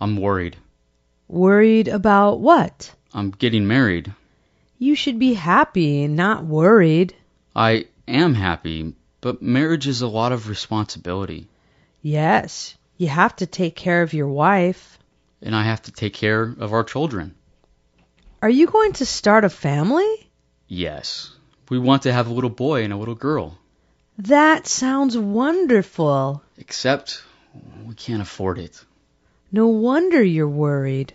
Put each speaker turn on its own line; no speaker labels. I'm worried.
Worried about what?
I'm getting married.
You should be happy, not worried.
I am happy, but marriage is a lot of responsibility,
Yes, you have to take care of your wife.
and I have to take care of our children.
Are you going to start a family?
Yes. We want to have a little boy and a little girl,
That sounds wonderful.
except we can't afford it.
No wonder you're worried.